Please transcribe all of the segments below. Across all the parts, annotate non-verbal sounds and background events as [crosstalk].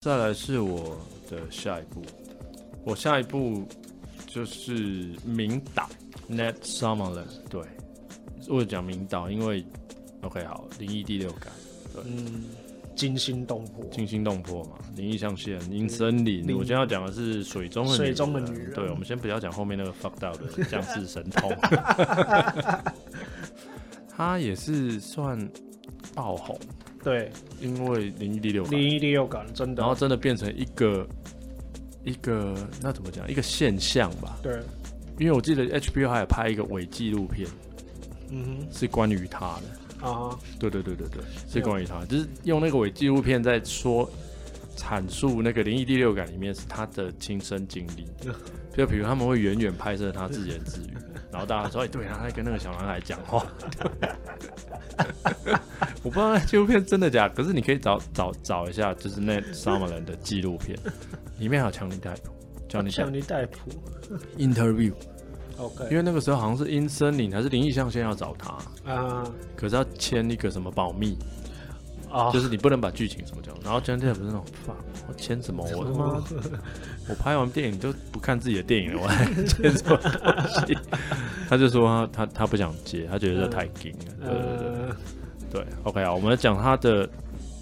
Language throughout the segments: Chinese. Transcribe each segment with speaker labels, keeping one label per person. Speaker 1: 再来是我的下一步，我下一步就是明导 Net Summerland。对，我讲明导，因为 OK 好，灵异第六感，
Speaker 2: 嗯，惊心动魄，
Speaker 1: 惊心动魄嘛，灵异象限，银森林。
Speaker 2: 灵
Speaker 1: 我今天要讲的是水中的女人
Speaker 2: 水中的女人
Speaker 1: 对，我们先不要讲后面那个 fucked up
Speaker 2: [laughs]
Speaker 1: 的降世神通，他也是算爆红，
Speaker 2: 对，
Speaker 1: 因为灵异第六感。
Speaker 2: 零一第六感真
Speaker 1: 然后
Speaker 2: 的，
Speaker 1: 真的变成一个一个那怎么讲一个现象吧？
Speaker 2: 对，
Speaker 1: 因为我记得 HBO 还有拍一个伪纪录片，
Speaker 2: 嗯
Speaker 1: 是关于他的。
Speaker 2: 哼，啊哈，
Speaker 1: 对对对对对，是关于他，就是用那个伪纪录片在说阐述那个《灵异第六感》里面是他的亲身经 [laughs] 历。就比如他们会远远拍摄他自言 [laughs] 自语，然后大家说：“哎，对啊，他在跟那个小男孩讲话。” [laughs] 我不知道那纪录片真的假的，可是你可以找找找一下，就是那 Summerland 的纪录 [laughs] 片，里面还有强尼戴普，强尼戴
Speaker 2: 像
Speaker 1: 普
Speaker 2: 啊你戴普
Speaker 1: interview，因
Speaker 2: ，OK，
Speaker 1: 为那个时候好像是阴森林还是灵异象限要找他，
Speaker 2: 啊
Speaker 1: 可是要签一个什么保密，
Speaker 2: 啊
Speaker 1: 就，是你不能把剧情什么讲。然后 j o h n 不是那种，fuck，我签什么？我他妈，我拍完电影都不看自己的电影了，我还 [laughs] 签什么东西？他就说他他他不想接，他觉得这太硬了。
Speaker 2: 呃，
Speaker 1: 对对对对，OK 啊，我们来讲他的《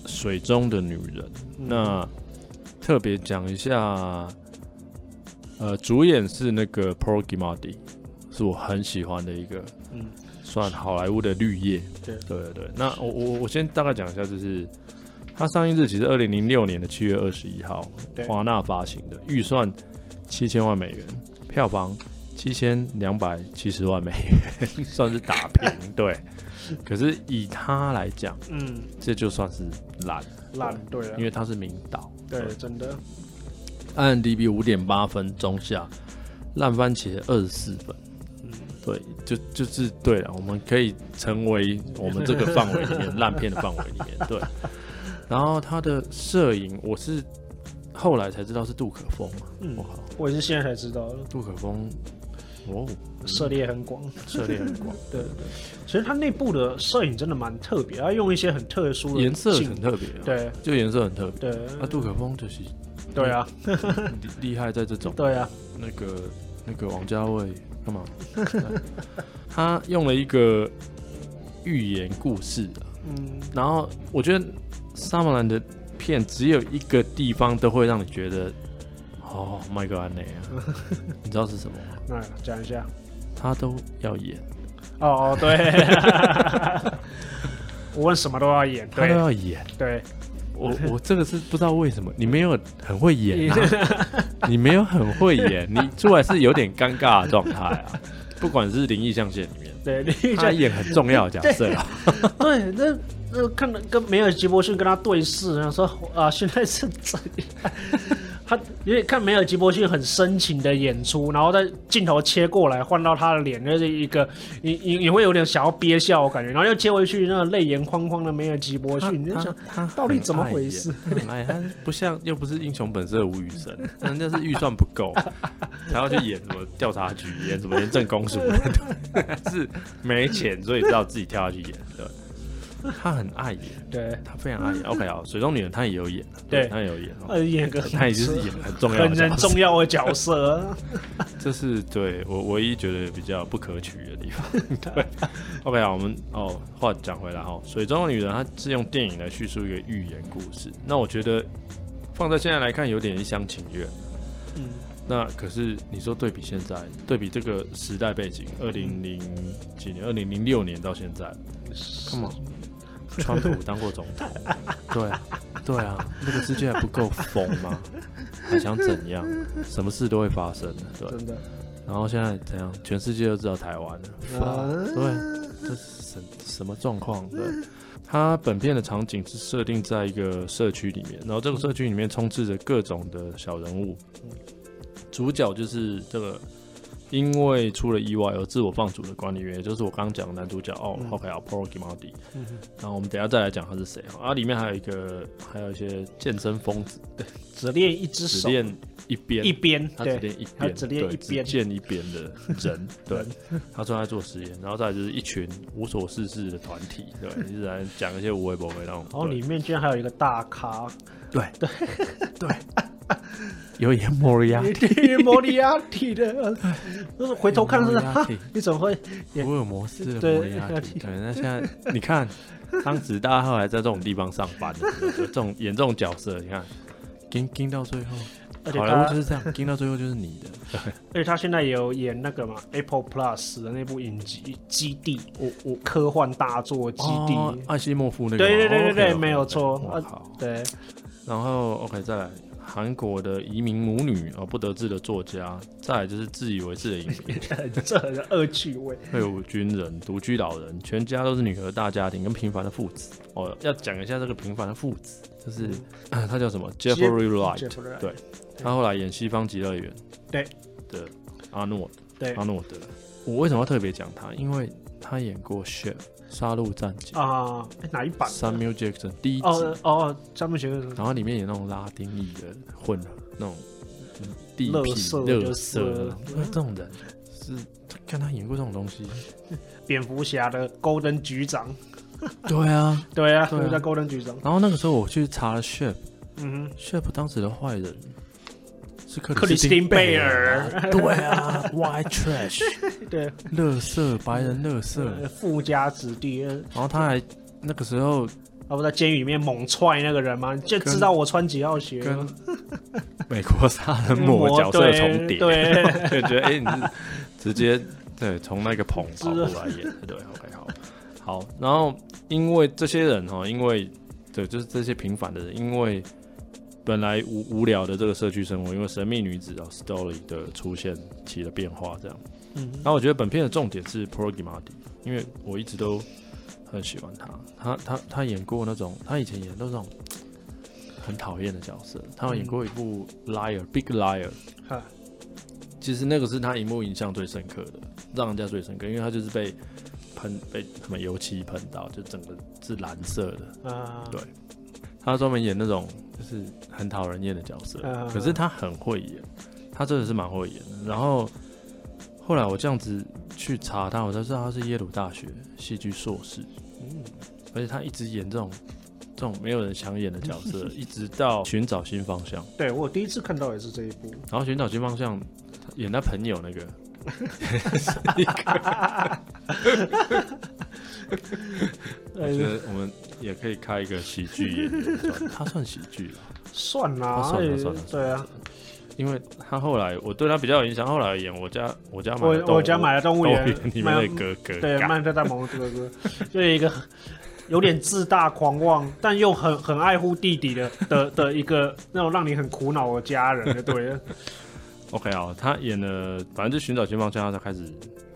Speaker 1: 水中的女人》，
Speaker 2: 嗯
Speaker 1: 那特别讲一下，呃，主演是那个 Porgy m o d y 是我很喜欢的一个
Speaker 2: 嗯，
Speaker 1: 算好莱坞的绿叶。
Speaker 2: 对
Speaker 1: 对对对，那我我我先大概讲一下，就是它上映日期是二零零六年的七月二十一号，
Speaker 2: 对
Speaker 1: 华纳发行的，预算七千万美元，票房七千两百七十万美元， [laughs] 算是打
Speaker 2: [laughs]
Speaker 1: 平。对，可是以它来讲，
Speaker 2: 嗯，
Speaker 1: 这就算是烂，
Speaker 2: 烂，对啊了
Speaker 1: 因，为它嗯是名导，
Speaker 2: 对，真的，
Speaker 1: 按 d b 五点八分中下，烂番茄二十四分。
Speaker 2: 嗯，
Speaker 1: 对，就就是对了，我们可以成为我们这个范围里
Speaker 2: [laughs]
Speaker 1: 面烂片的范围里面，对。然后他的摄影，我是后来才知道是杜可风嘛，
Speaker 2: 嗯
Speaker 1: 我靠，
Speaker 2: 我也是现在才知道，
Speaker 1: 杜可风，哦，
Speaker 2: 涉猎很广，
Speaker 1: 涉猎很广，
Speaker 2: [laughs] 对对，其实它内部的摄影真的蛮特别，它用一些很特殊的
Speaker 1: 颜色
Speaker 2: 镜
Speaker 1: 很特别、啊，，
Speaker 2: 对
Speaker 1: 就颜色很特别。
Speaker 2: 对
Speaker 1: 啊，杜可风就是
Speaker 2: 对啊
Speaker 1: 厉厉害在这
Speaker 2: [laughs]
Speaker 1: 种
Speaker 2: 对啊，
Speaker 1: 那个那个王家卫干
Speaker 2: [laughs]
Speaker 1: 嘛？他用了一个寓言故事啊，
Speaker 2: 嗯，
Speaker 1: 然后我觉得萨马兰的片只有一个地方都会让你觉得，哦，My God，那 [laughs] 样，你知道是什么吗？
Speaker 2: 那讲一下，
Speaker 1: 他都要演，
Speaker 2: 哦哦对， [laughs] 我问什么都要演，
Speaker 1: 他都
Speaker 2: 对
Speaker 1: 要演。
Speaker 2: 对，
Speaker 1: [laughs] 我我这个是不知道为什么，你没有很会演啊， [laughs] 你没有很会演，你出来是有点尴尬的状态啊。不管是灵异象限里 [laughs] 面，
Speaker 2: 对，你 [laughs]
Speaker 1: 他
Speaker 2: 讲
Speaker 1: 演很重要的角色啊。
Speaker 2: 对，那那看到跟梅尔吉伯逊跟他对视，然后说啊，现在是怎样？他有点看梅尔吉伯逊很深情的演出，然后在镜头切过来换到他的脸，就是一个你你你会有点想要憋笑，我感觉，然后又切回去那个泪眼眶眶的梅尔吉伯逊，你就想
Speaker 1: 他
Speaker 2: 到底怎么回事？
Speaker 1: 哎，他不像又不是英雄本色的吴宇森， [laughs] 人家是预算不够， [laughs] 才要去演什么调查局，演什么廉政公署， [laughs] 是没钱，所以只好自己跳下去演。对，他很爱演，
Speaker 2: 对，
Speaker 1: 他非常爱
Speaker 2: [laughs]
Speaker 1: 演。OK 啊，水中女人他也有演，
Speaker 2: 对
Speaker 1: 他也有演哦， [laughs]
Speaker 2: 呃，演个
Speaker 1: 他也就是演很重要
Speaker 2: 很
Speaker 1: 的角
Speaker 2: 很
Speaker 1: 色，
Speaker 2: 重要的角
Speaker 1: [laughs]
Speaker 2: 色，
Speaker 1: 这是对我唯一觉得比较不可取的地方。对，OK 啊，我们哦，话讲回来哈、哦，《水中的女人》它是用电影来叙述一个寓言故事，那我觉得放在现在来看有点一厢情愿。
Speaker 2: 嗯，
Speaker 1: 那可是你说对比现在，对比这个时代背景，二零零几年，二零零六年到现在，
Speaker 2: [laughs]
Speaker 1: 干嘛？川普当过总统，对对啊，那个世界还不够疯吗？还想怎样？什么事都会发生的，对。
Speaker 2: 真的，
Speaker 1: 然后现在怎样？全世界都知道台湾了，
Speaker 2: 啊
Speaker 1: 对，这是什什么状况？对，它本片的场景是设定在一个社区里面，然后这个社区里面充斥着各种的小人物，主角就是这个因为出了意外而自我放逐的管理员，也就是我刚讲的男主角哦
Speaker 2: 嗯
Speaker 1: ，OK 啊，Paul Giamatti。
Speaker 2: 嗯哼
Speaker 1: 然后我们等一下再来讲他是谁哦啊，里面还有一个还有一些健身疯子，
Speaker 2: 只练一只
Speaker 1: 只
Speaker 2: 手，
Speaker 1: 练一边
Speaker 2: 一边，
Speaker 1: 他只
Speaker 2: 对
Speaker 1: 练一边，
Speaker 2: 他只练
Speaker 1: 对
Speaker 2: 一边
Speaker 1: 只见一边的
Speaker 2: [laughs]
Speaker 1: 人，对，他正在做实验，然后再来就是一群无所事事的团体，
Speaker 2: 哦
Speaker 1: 对，一直在讲一些无为不为那种，
Speaker 2: 然后
Speaker 1: 对
Speaker 2: 里面居然还有一个大咖，
Speaker 1: 对对，对，有演莫里
Speaker 2: [laughs]
Speaker 1: 亚蒂，
Speaker 2: 莫里亚蒂的，就是回头看是
Speaker 1: 莫里亚
Speaker 2: 哈
Speaker 1: 蒂，
Speaker 2: 你怎么会演
Speaker 1: 福尔摩斯的
Speaker 2: 对
Speaker 1: 莫里亚
Speaker 2: 莫里亚
Speaker 1: 蒂。
Speaker 2: 蒂
Speaker 1: 对，那现在你看，当时大家后来在这种地方上班的时候，就这种演这种角色，你看，盯盯到最后，
Speaker 2: 而且
Speaker 1: 好莱
Speaker 2: 他
Speaker 1: 坞就是这样，盯到最后就是你的。
Speaker 2: 而且他现在也有演那个嘛 Apple Plus 的那部影集《基地》，我我科幻大作《 [laughs] 基地》
Speaker 1: 哦艾西莫夫那个吗，
Speaker 2: 对对对对
Speaker 1: 哦
Speaker 2: 对
Speaker 1: ，OK，OK，OK，
Speaker 2: 没有错
Speaker 1: 哇
Speaker 2: 啊
Speaker 1: 好，
Speaker 2: 对， [laughs]
Speaker 1: 然后 OK，再来韩国的移民母女哦，不得志的作家，再来就是自以为是的影评，
Speaker 2: 这很恶趣味。
Speaker 1: 退伍军人、独居老人，全家都是女儿大家庭跟平凡的父子哦。要讲一下这个平凡的父子，哦就是、
Speaker 2: 嗯
Speaker 1: 啊他叫什么 Jeffrey Wright，
Speaker 2: Jeff Wright
Speaker 1: 对他后来演《西方极乐园》
Speaker 2: 对
Speaker 1: 的阿诺
Speaker 2: 对
Speaker 1: 阿诺德。我为什么要特别讲他？因为他演过《Chef》杀戮战警
Speaker 2: 啊，诶哪一版的？
Speaker 1: ，Samuel Jackson 第一集，
Speaker 2: 哦哦，上面写的是
Speaker 1: 然后里面有那种拉丁裔的混那种嗯地
Speaker 2: 垃
Speaker 1: 痞
Speaker 2: 圾
Speaker 1: 乐
Speaker 2: 就是
Speaker 1: 色那种，那这种人是他看他演过这种东西，
Speaker 2: 蝙蝠侠的 Golden 局长，
Speaker 1: 对啊。
Speaker 2: 对啊，
Speaker 1: 对啊
Speaker 2: 就叫 Golden 局长。
Speaker 1: 然后那个时候我去查了 Shep，
Speaker 2: 嗯哼，
Speaker 1: Shep 当时的坏人是克
Speaker 2: 克里斯汀贝尔
Speaker 1: 克里斯汀贝尔啊，对啊，White Trash，
Speaker 2: [laughs] 对，
Speaker 1: 乐色白人乐色。
Speaker 2: 呃富家子弟，呃
Speaker 1: 然后他还那个时候
Speaker 2: 他不在监狱里面猛踹那个人吗？你就
Speaker 1: 跟
Speaker 2: 知道我穿几号鞋
Speaker 1: 跟
Speaker 2: 吗？
Speaker 1: 美国杀人魔角色重叠， [laughs]
Speaker 2: 对 [laughs] 对
Speaker 1: 就觉得哎、你是直接对从那个棚跑过来演，对，OK 好，好，然后因为这些人哈，因为对，就是这些平凡的人，因为本来无无聊的这个社区生活，因为神秘女子啊 Story 的出现起了变化，这样。
Speaker 2: 嗯
Speaker 1: 然后我觉得本片的重点是 Progimati，因为我一直都很喜欢他，他他他演过那种，他以前演那种很讨厌的角色，他有演过一部 Liar、Big Liar，
Speaker 2: 哈
Speaker 1: 其实那个是他荧幕印象最深刻的，让人家最深刻，因为他就是被喷被什么油漆喷到，就整个是蓝色的。
Speaker 2: 啊，
Speaker 1: 对他专门演那种就是很讨人厌的角色，
Speaker 2: 嗯
Speaker 1: 可是他很会演，他真的是蛮会演的。然后后来我这样子去查他，我才知道他是耶鲁大学戏剧硕士，
Speaker 2: 嗯
Speaker 1: 而且他一直演这种这种没有人想演的角色，一直到寻找新方向。
Speaker 2: 对我第一次看到也是这一部，
Speaker 1: 然后寻找新方向，他演他朋友那
Speaker 2: [laughs]
Speaker 1: 个，我觉
Speaker 2: 呃，
Speaker 1: 得我们也可以开一个喜剧演员专，他算喜剧了，
Speaker 2: 算啦，
Speaker 1: 啊算了
Speaker 2: 哎
Speaker 1: 算了
Speaker 2: 对啊，
Speaker 1: 因为他后来我对他比较有影响，后来演我家我家买的
Speaker 2: 我我家
Speaker 1: 动物
Speaker 2: 买了动物园
Speaker 1: 动里面
Speaker 2: 买
Speaker 1: 的
Speaker 2: 了
Speaker 1: 哥哥，
Speaker 2: 对，
Speaker 1: 干
Speaker 2: 曼特大萌这个歌，就是一个有点自大狂妄，但又很很爱护弟弟的的的一个那种让你很苦恼的家人，就对了。
Speaker 1: OK 啊，他演了，反正就寻找前方向，他才开始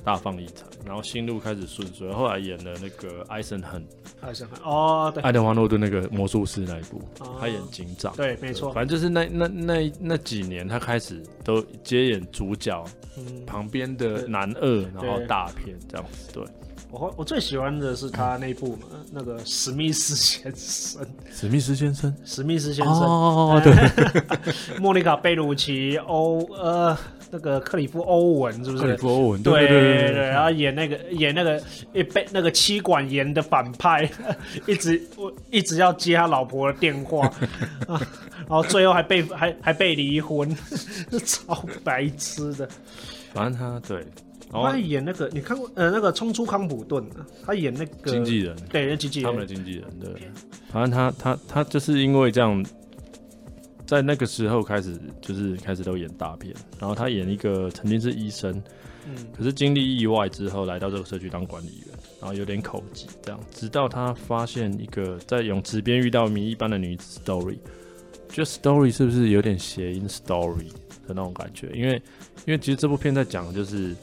Speaker 1: 大放异彩，然后心路开始顺遂。后来演了那个艾森
Speaker 2: [laughs]
Speaker 1: 亨、
Speaker 2: 爱上海哦，对
Speaker 1: 爱德华诺顿那个魔术师那一部，
Speaker 2: 哦
Speaker 1: 他演警长。
Speaker 2: 对，没错，
Speaker 1: 反正就是那那那那几年，他开始都接演主角
Speaker 2: 嗯，
Speaker 1: 旁边的男二，然后
Speaker 2: 对
Speaker 1: 大片这样子。对，
Speaker 2: 我我最喜欢的是他那部嘛，那个史密斯先生，
Speaker 1: 史密斯先生，
Speaker 2: 史密斯先生，哎
Speaker 1: 哦，对，
Speaker 2: [laughs] 莫妮卡贝鲁奇欧呃那个克里夫欧文是不
Speaker 1: 克里
Speaker 2: 是？
Speaker 1: 夫·欧文，
Speaker 2: 对
Speaker 1: 对对对，
Speaker 2: 然后演那个演那个一被那个妻管严的反派，一直我一直要接他老婆的电话，啊、然后最后还被还还被离婚， [laughs] 超白痴的。
Speaker 1: 反正他对，然后
Speaker 2: 他演那个你看过呃那个冲出康普顿啊，他演那个
Speaker 1: 哦经纪人，
Speaker 2: 对那经纪
Speaker 1: 他们的
Speaker 2: 人，
Speaker 1: 经纪人，对，反正他他他就是因为这样，在那个时候开始就是开始都演大片，然后他演一个曾经是医生，
Speaker 2: 嗯
Speaker 1: 可是经历意外之后来到这个社区当管理员，然后有点口疾这样，直到他发现一个在泳池边遇到谜一般的女子 Story，就 Story 是不是有点谐音 Story 的那种感觉？因为因为其实这部片在讲的就是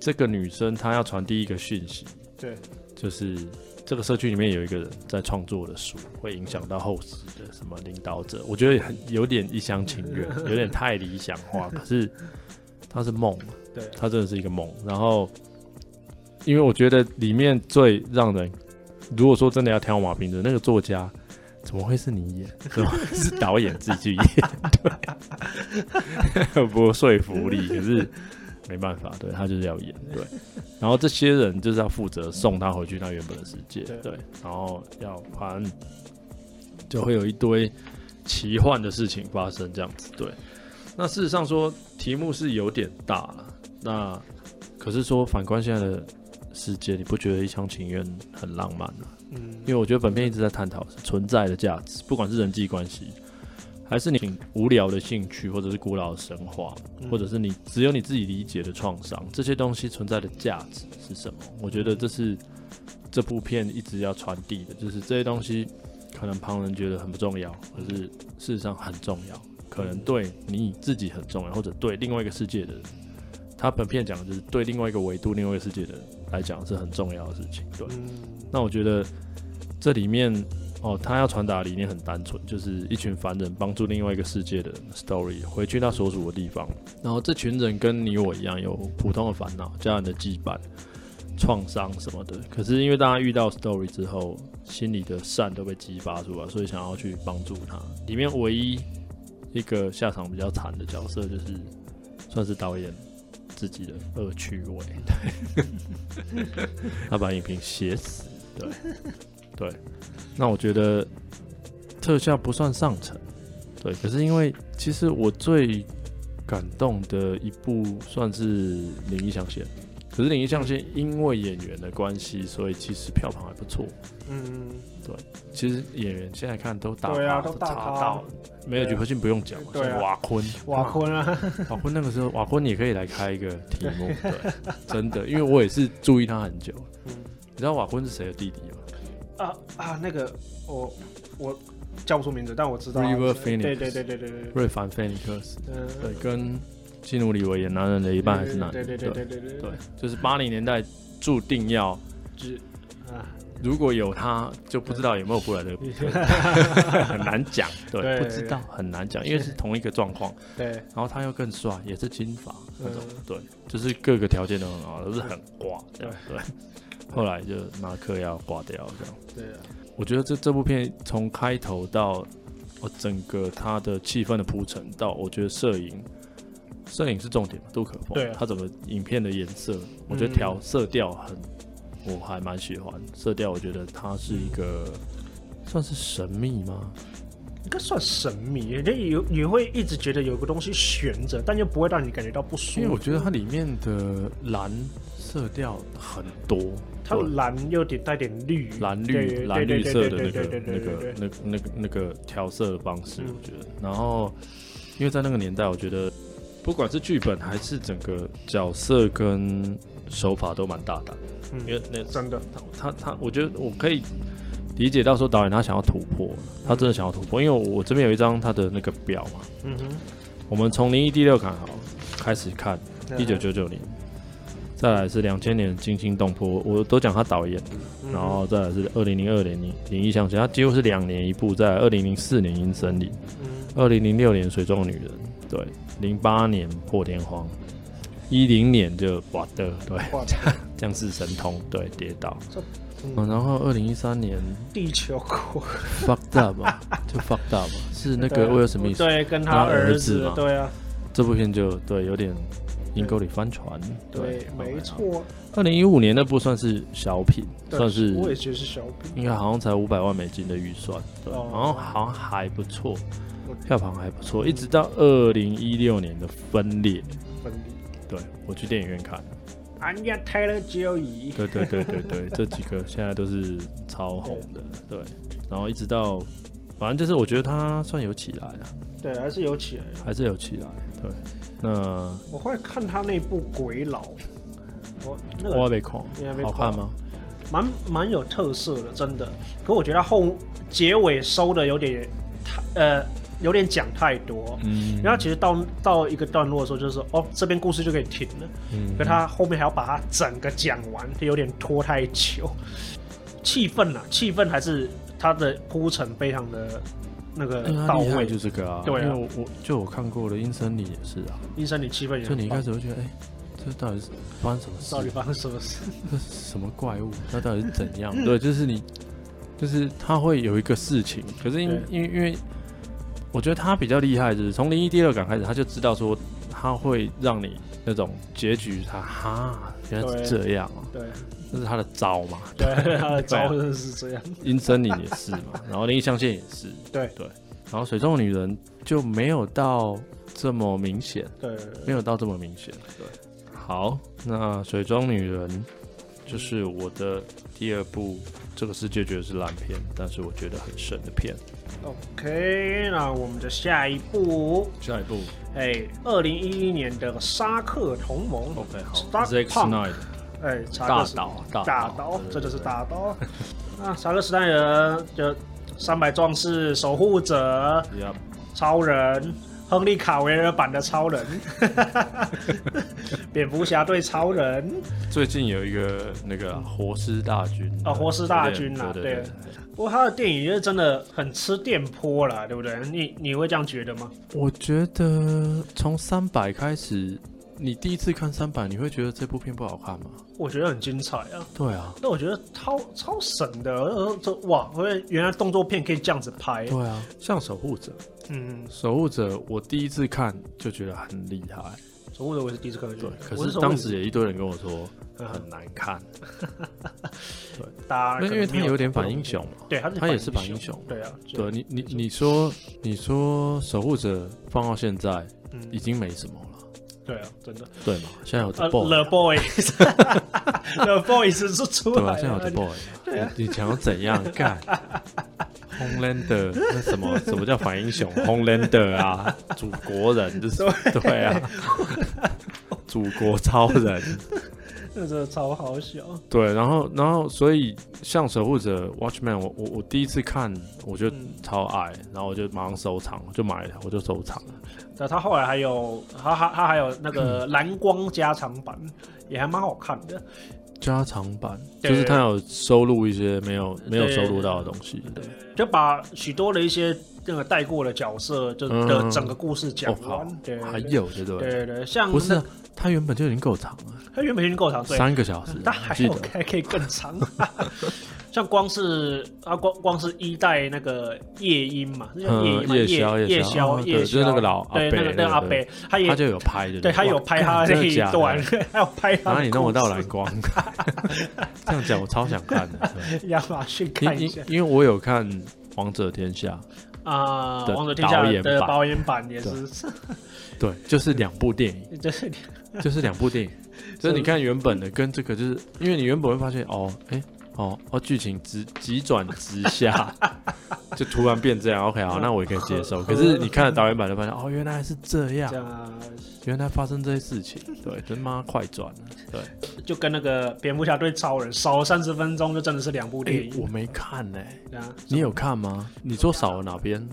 Speaker 1: 这个女生她要传递一个讯息，
Speaker 2: 对，
Speaker 1: 就是这个社区里面有一个人在创作的书，会影响到后世的什么领导者，我觉得很有点一厢情愿，有点太理想化。可是它是梦，
Speaker 2: 对
Speaker 1: 它真的是一个梦。然后，因为我觉得里面最让人，如果说真的要挑马平的那个作家，怎么会是你演？怎么会是导演自己去演？对，很 [laughs] 不说服力，可是没办法，对他就是要演，对。然后这些人就是要负责送他回去他原本的世界，
Speaker 2: 对
Speaker 1: 对。然后要还，就会有一堆奇幻的事情发生这样子。对，那事实上说题目是有点大了，那可是说反观现在的世界，你不觉得一厢情愿很浪漫吗？
Speaker 2: 嗯
Speaker 1: 因为我觉得本片一直在探讨存在的价值，不管是人际关系，还是你无聊的兴趣，或者是古老的神话，
Speaker 2: 嗯
Speaker 1: 或者是你只有你自己理解的创伤，这些东西存在的价值是什么？我觉得这是这部片一直要传递的，就是这些东西可能旁人觉得很不重要，可是事实上很重要，可能对你自己很重要，或者对另外一个世界的人。他本片讲的就是对另外一个维度、另外一个世界的人来讲是很重要的事情，对。
Speaker 2: 嗯
Speaker 1: 那我觉得这里面哦，他要传达的理念很单纯，就是一群凡人帮助另外一个世界的 story，回去他所属的地方。然后这群人跟你我一样，有普通的烦恼、家人的羁绊、创伤什么的。可是因为大家遇到 story 之后，心里的善都被激发出来，所以想要去帮助他。里面唯一一个下场比较惨的角色，就是算是导演。自己的恶趣味， [laughs] 他把影评写死，对对。那我觉得特效不算上乘，对。可是因为其实我最感动的一部算是《灵异象限》，可是《灵异象限》因为演员的关系，所以其实票房还不错。
Speaker 2: 嗯，
Speaker 1: 其实演员现在看都大
Speaker 2: 对
Speaker 1: 咖
Speaker 2: 啊都大
Speaker 1: 查
Speaker 2: 咖
Speaker 1: 到了，没有
Speaker 2: 对啊
Speaker 1: 许可信不用讲嘛，
Speaker 2: 对啊
Speaker 1: 像瓦昆，
Speaker 2: 瓦昆啊，
Speaker 1: 瓦昆那个时候，瓦昆也可以来开一个题目，
Speaker 2: [laughs]
Speaker 1: 对，真的，因为我也是注意他很久。
Speaker 2: 嗯
Speaker 1: 你知道瓦昆是谁的弟弟吗
Speaker 2: [laughs] 啊啊，那个我我叫不出名字，但我知道
Speaker 1: River
Speaker 2: 对
Speaker 1: Phoenix
Speaker 2: 对对对对对对，
Speaker 1: 瑞凡菲尼克斯，
Speaker 2: 嗯，
Speaker 1: 对，跟基努里维演男人的一
Speaker 2: 一
Speaker 1: 半还是男
Speaker 2: 对
Speaker 1: 人，
Speaker 2: 对对对对对
Speaker 1: 对，就是八零年代注定要，
Speaker 2: 只啊，
Speaker 1: 如果有他，就不知道有没有布莱
Speaker 2: [laughs]
Speaker 1: 德比特， [laughs] 很难讲，对，
Speaker 2: 对
Speaker 1: 不知道很难讲，因为是同一个状况，
Speaker 2: [laughs] 对，
Speaker 1: 然后他又更帅，也是金发那种，
Speaker 2: 嗯
Speaker 1: 对，就是各个条件都很好，都是很挂这样，对。后来就马克要挂掉这样，
Speaker 2: 对啊，
Speaker 1: 我觉得这这部片从开头到哦整个它的气氛的铺陈，到我觉得摄影，摄影是重点嘛，杜可风，
Speaker 2: 对啊嗯
Speaker 1: 它整个影片的颜色，我觉得调色调很，我还蛮喜欢色调，我觉得它是一个算是神秘吗？
Speaker 2: 应该算神秘，人家有你会一直觉得有个东西悬着，但又不会让你感觉到不舒服。
Speaker 1: 因为我觉得它里面的蓝色调很多，
Speaker 2: 它
Speaker 1: 对
Speaker 2: 蓝又点带点绿，
Speaker 1: 蓝
Speaker 2: 对
Speaker 1: 绿
Speaker 2: 对
Speaker 1: 蓝绿
Speaker 2: 对
Speaker 1: 色的
Speaker 2: 对
Speaker 1: 那
Speaker 2: 对
Speaker 1: 个
Speaker 2: 对
Speaker 1: 那
Speaker 2: 对对对
Speaker 1: 个
Speaker 2: 对
Speaker 1: 那个那个那个调色的方式，
Speaker 2: 嗯
Speaker 1: 我觉得。然后，因为在那个年代，我觉得不管是剧本还是整个角色跟手法都蛮大胆的，
Speaker 2: 嗯
Speaker 1: 因为那
Speaker 2: 真的，
Speaker 1: 他他，我觉得我可以理解到说导演他想要突破，他真的想要突破，因为我我这边有一张他的那个表嘛，
Speaker 2: 嗯哼，
Speaker 1: 我们从零一第六看好开始看，一九九九年。再来是两千年惊心动魄，我都讲他导演，
Speaker 2: 嗯哼，
Speaker 1: 然后再来是二零零二年灵灵异象棋，它几乎是两年一部，在二零零四年阴森林，
Speaker 2: 嗯
Speaker 1: 二零零六年水中女人，对，零八年破天荒，一零年就瓦德，对，
Speaker 2: 哇，
Speaker 1: 降世神通，对，跌倒，
Speaker 2: 嗯
Speaker 1: 嗯、然后二零一三年
Speaker 2: 地球国
Speaker 1: fucked up 嘛，就 fucked up 嘛，是那
Speaker 2: 对
Speaker 1: 个
Speaker 2: 啊
Speaker 1: 威尔史密斯
Speaker 2: 对，跟
Speaker 1: 他
Speaker 2: 他
Speaker 1: 儿子
Speaker 2: 子
Speaker 1: 嘛，
Speaker 2: 对啊，
Speaker 1: 这部片就对有点阴沟里翻船，
Speaker 2: 对，没。
Speaker 1: OK，好
Speaker 2: 错，
Speaker 1: 二零一五年那部算是小品，
Speaker 2: 对
Speaker 1: 算是
Speaker 2: 我也觉得是小品，
Speaker 1: 应该好像才五百万美金的预算，对，
Speaker 2: 哦
Speaker 1: 然后好像还不错
Speaker 2: 我，
Speaker 1: 票房还不错，一直到二零一六年的分裂，
Speaker 2: 分离。
Speaker 1: 对我去电影院
Speaker 2: [laughs]
Speaker 1: 看，
Speaker 2: 俺家 Taylor Joy，
Speaker 1: 对对对对对，这几个现在都是超红的，对，然后一直到，反正就是我觉得它算有起来了，
Speaker 2: 对，还是有起来。
Speaker 1: 还是有起来，对，那
Speaker 2: 我后来看他那部《鬼佬》，我那
Speaker 1: 我
Speaker 2: 个
Speaker 1: 被控
Speaker 2: 应该被
Speaker 1: 好
Speaker 2: 控
Speaker 1: 看吗？
Speaker 2: 蛮蛮有特色的，真的。可我觉得后结尾收的有点太呃，有点讲太多。
Speaker 1: 嗯
Speaker 2: 然后其实到到一个段落的时候，就是哦，这边故事就可以停了。
Speaker 1: 嗯
Speaker 2: 可他后面还要把它整个讲完，就有点拖太久。气氛啊，气氛还是他的铺陈非常的那个
Speaker 1: 因为它
Speaker 2: 到
Speaker 1: 厉害
Speaker 2: 位。
Speaker 1: 就这个啊，
Speaker 2: 对啊
Speaker 1: 因为我我就我看过的《阴森里》也是啊，
Speaker 2: 医生，你气氛也
Speaker 1: 就
Speaker 2: 很
Speaker 1: 你一
Speaker 2: 棒
Speaker 1: 开始会觉得，哎、这到底是发生什么事啊
Speaker 2: 到？底发生什么事？ [laughs]
Speaker 1: 这是什么怪物？那到底是怎
Speaker 2: 嗯
Speaker 1: 样？对，就是你，就是他会有一个事情，可是因
Speaker 2: 对
Speaker 1: 因为因为我觉得他比较厉害，就是从零一第六感开始，他就知道说他会让你那种结局他，哈，原来是
Speaker 2: 对
Speaker 1: 这样啊，
Speaker 2: 对
Speaker 1: 这是他的招
Speaker 2: [laughs]
Speaker 1: 嘛。 [laughs]
Speaker 2: 对，他的招就是这样。 [laughs]
Speaker 1: 阴森林也是嘛，然后灵异象限也是，
Speaker 2: 对
Speaker 1: 对，然后水中女人就没有到这么明显，
Speaker 2: 对，
Speaker 1: 没有到这么明显。对，好，那水中女人就是我的第二部，这个世界觉得是烂片，但是我觉得很神的片。
Speaker 2: OK，那我们的下一步，
Speaker 1: 下一部
Speaker 2: 哎，二零一一年的《沙克同盟》
Speaker 1: ，OK，好
Speaker 2: Stark
Speaker 1: ，Zack
Speaker 2: Punk
Speaker 1: Snyder
Speaker 2: 哎，查克
Speaker 1: 哦大
Speaker 2: 斯
Speaker 1: 岛，哦大
Speaker 2: 大
Speaker 1: 岛
Speaker 2: 刀，，这就是大 [laughs] 刀。那查克时代人就三百壮士、守护者、
Speaker 1: 对。Yep
Speaker 2: 超人、亨利卡维尔版的超人、 [laughs] 蝙蝠侠对超人。
Speaker 1: 最近有一个那个啊活尸大军
Speaker 2: 啊活尸大军啊
Speaker 1: 啊，对对
Speaker 2: 对不过他的电影就是真的很吃电波啦，对不对？你你会这样觉得吗？
Speaker 1: 我觉得从三百开始，你第一次看三百，你会觉得这部片不好看吗？
Speaker 2: 我觉得很精彩啊。
Speaker 1: 对啊，
Speaker 2: 那我觉得超超神的，呃这哇！我觉得原来动作片可以这样子拍，
Speaker 1: 对啊，像守护者，
Speaker 2: 嗯，
Speaker 1: 守护者我第一次看就觉得很厉害，
Speaker 2: 守护者我也是第一次看到这
Speaker 1: 对
Speaker 2: 个，。
Speaker 1: 可
Speaker 2: 我
Speaker 1: 是
Speaker 2: 守护
Speaker 1: 当
Speaker 2: 者
Speaker 1: 时也一堆人跟我说
Speaker 2: 嗯
Speaker 1: 很难看，
Speaker 2: 大家
Speaker 1: 那因为
Speaker 2: 可
Speaker 1: 他
Speaker 2: 能没
Speaker 1: 有点反英，雄嘛。
Speaker 2: 对，他
Speaker 1: 他也是反英雄
Speaker 2: 对啊，就
Speaker 1: 对，你，你你说你说守护者放到现在已
Speaker 2: 嗯，
Speaker 1: 经没什么了，
Speaker 2: 对啊，真的，
Speaker 1: 对嘛？现在有 The
Speaker 2: 呃
Speaker 1: Boy，
Speaker 2: ，The Boys，The Boys [laughs] 是出
Speaker 1: 对
Speaker 2: 来
Speaker 1: 吧？
Speaker 2: 了，
Speaker 1: 现在有 The Boy，你
Speaker 2: 啊
Speaker 1: 你想要怎样干？Homelander 那什么什么叫反英雄？Homelander 啊，祖国人
Speaker 2: [laughs]
Speaker 1: 就是对啊，祖国超人
Speaker 2: 那真的超好笑，
Speaker 1: 对。然后然后所以像守护者 Watchman，我我我第一次看我就
Speaker 2: 嗯
Speaker 1: 超爱，然后我就马上收藏，我就买了，我就收藏了。
Speaker 2: 对，他后来还有，他他他还有那个
Speaker 1: 嗯
Speaker 2: 蓝光加长版，也还蛮好看的，
Speaker 1: 加长版
Speaker 2: 对
Speaker 1: 就是他有收录一些没有没有收录到的东西，
Speaker 2: 就把许多的一些那个带过的角色，就
Speaker 1: 嗯
Speaker 2: 的整个故事讲
Speaker 1: 哦好
Speaker 2: 完，对，对
Speaker 1: 还，有对不
Speaker 2: 对
Speaker 1: 对？
Speaker 2: 对对，像
Speaker 1: 不是啊，他原本就已经够长了，
Speaker 2: 他原本已经够长，对，
Speaker 1: 三个小时，
Speaker 2: 但还
Speaker 1: 我记
Speaker 2: 有
Speaker 1: 得。
Speaker 2: 还可以更长。 [laughs] 像光是啊，光光是一代那个夜莺嘛，是叫夜莺嘛，
Speaker 1: 夜宵嗯
Speaker 2: 夜
Speaker 1: 夜宵
Speaker 2: 宵
Speaker 1: 嗯
Speaker 2: 夜
Speaker 1: 对
Speaker 2: 宵，
Speaker 1: 就是那个老阿
Speaker 2: 对那
Speaker 1: 伯
Speaker 2: 个那个阿
Speaker 1: 对
Speaker 2: 北，他
Speaker 1: 他
Speaker 2: 也
Speaker 1: 就有拍，对不
Speaker 2: 对他有拍他那一段，， [laughs] 还有拍他
Speaker 1: 然
Speaker 2: 的
Speaker 1: 后你弄我到
Speaker 2: 故事
Speaker 1: 蓝
Speaker 2: [laughs]
Speaker 1: 光，这样讲我超想看的。
Speaker 2: 亚马逊
Speaker 1: 对
Speaker 2: 看
Speaker 1: 因
Speaker 2: 一
Speaker 1: 因
Speaker 2: 下
Speaker 1: 因为我有看《王者天下
Speaker 2: 啊，
Speaker 1: 的
Speaker 2: 王者天下
Speaker 1: 导演
Speaker 2: 的
Speaker 1: 版
Speaker 2: 导演版也是，》，
Speaker 1: 对，就是两部电影，
Speaker 2: 就是 [laughs]
Speaker 1: 就是两部电影。就是你看原本的跟这个，就是因为你原本会发现哦，哎。哦哦，剧情直急转直
Speaker 2: [laughs]
Speaker 1: 下，就突然变这样。OK，好，那我也可以接受。可是你看了导演版就发现，哦，原来是这样
Speaker 2: 这，样啊，
Speaker 1: 原来发生这些事情。对，真妈快转了。对，
Speaker 2: 就跟那个蝙蝠侠对超人少三十分钟，就真的是两部电
Speaker 1: 哎，
Speaker 2: 影
Speaker 1: 我没看呢、
Speaker 2: 啊。
Speaker 1: 你有看吗？你说少了哪边？